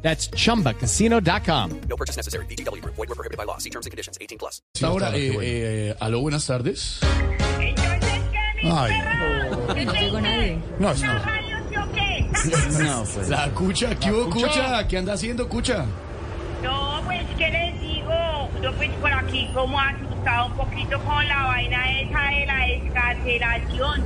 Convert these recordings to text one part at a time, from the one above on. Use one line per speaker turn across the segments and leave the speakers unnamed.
That's chumbacasino.com.
No purchase necessary. BGW. Void were prohibited by law. See terms and conditions. 18 plus.
Ahora, eh, eh, aló, buenas tardes. Ay.
Ay. No llegó nadie.
No, es- no.
yo qué?
No, pues.
La cucha, ¿qué hubo, cucha? ¿Qué anda haciendo, cucha?
No, pues, ¿qué les digo? Yo, pues, por aquí como asustado un poquito con la vaina esa de la descarcelación.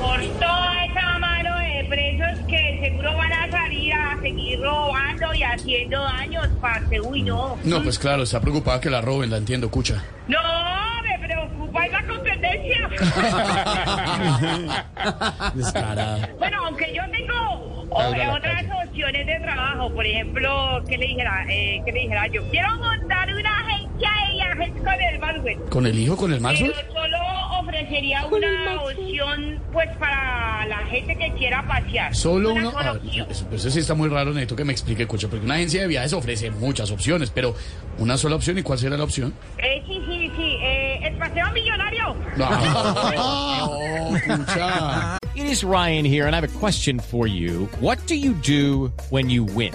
Por toda esa mano de presos que seguro van a salir a seguir robando y haciendo daños, parce. Uy, no.
No, pues claro, está preocupada que la roben, la entiendo, cucha.
No, me preocupa esa competencia.
Descarada.
Bueno, aunque yo tengo o-
Salga a Ah, la
otras
calle.
opciones de trabajo, por ejemplo, que le dijera, eh, que le dijera yo, quiero montar una agencia de viajes con el Maxwell,
¿Con el hijo, con el Maxwell?
pero solo ofrecería una opción, pues, para la gente que quiera pasear.
Solo
Una
uno.
sola
ah,
opción.
eso, pues, eso sí está muy raro, necesito que me explique, cucha, porque una agencia de viajes ofrece muchas opciones, pero una sola opción, ¿y cuál será la opción?
Eh, sí, sí, sí, eh, el paseo millonario.
No, no, cucha.
It is Ryan here, and I have a question for you. What do you do when you win?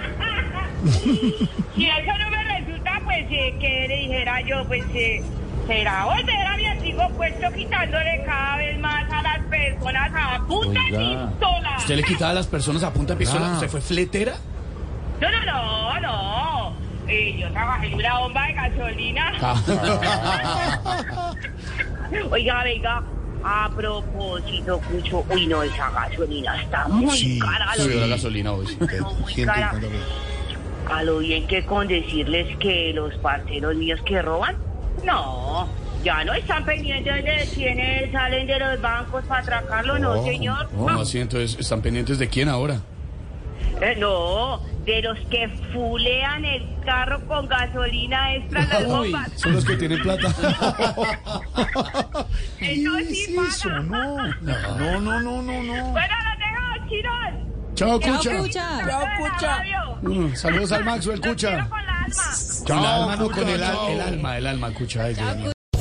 Si eso no me resulta, pues eh, que le dijera yo, pues eh, será volver a mi antiguo puesto quitándole cada vez más a las personas a punta de
Oiga.
pistola.
¿Usted le quitaba a las personas a punta de pistola? ¿Usted fue fletera?
No, no, no, no. Eh, yo trabajé en una bomba de gasolina.
Ah.
Oiga, venga. A propósito, Cucho, uy, no, esa gasolina está muy cara. lo
subió la
bien,
gasolina hoy. sí.
no, muy cara. A lo bien que con decirles que los parceros míos que roban, no, ya no están pendientes de quiénes salen de los bancos para atracarlo, no, señor.
¿Cómo así? Entonces, ¿están pendientes de quién ahora?
Eh, no, de los que fulean el carro con gasolina extra en las
Uy,
bombas.
son los que tienen plata.
Eso sí paga.
no. No, no, no, no, no.
Bueno, los dejo, chinos.
Chao, Cucha.
Chao, Cucha.
Mm, Saludos al Maxwell, Cucha.
con la alma.
Con el alma, no, con el, al- el alma, el alma, Cucha. Ay, Dios mío.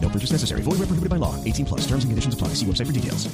No purchase necessary. Void where prohibited by law. 18 plus. Terms and conditions apply. See website for details.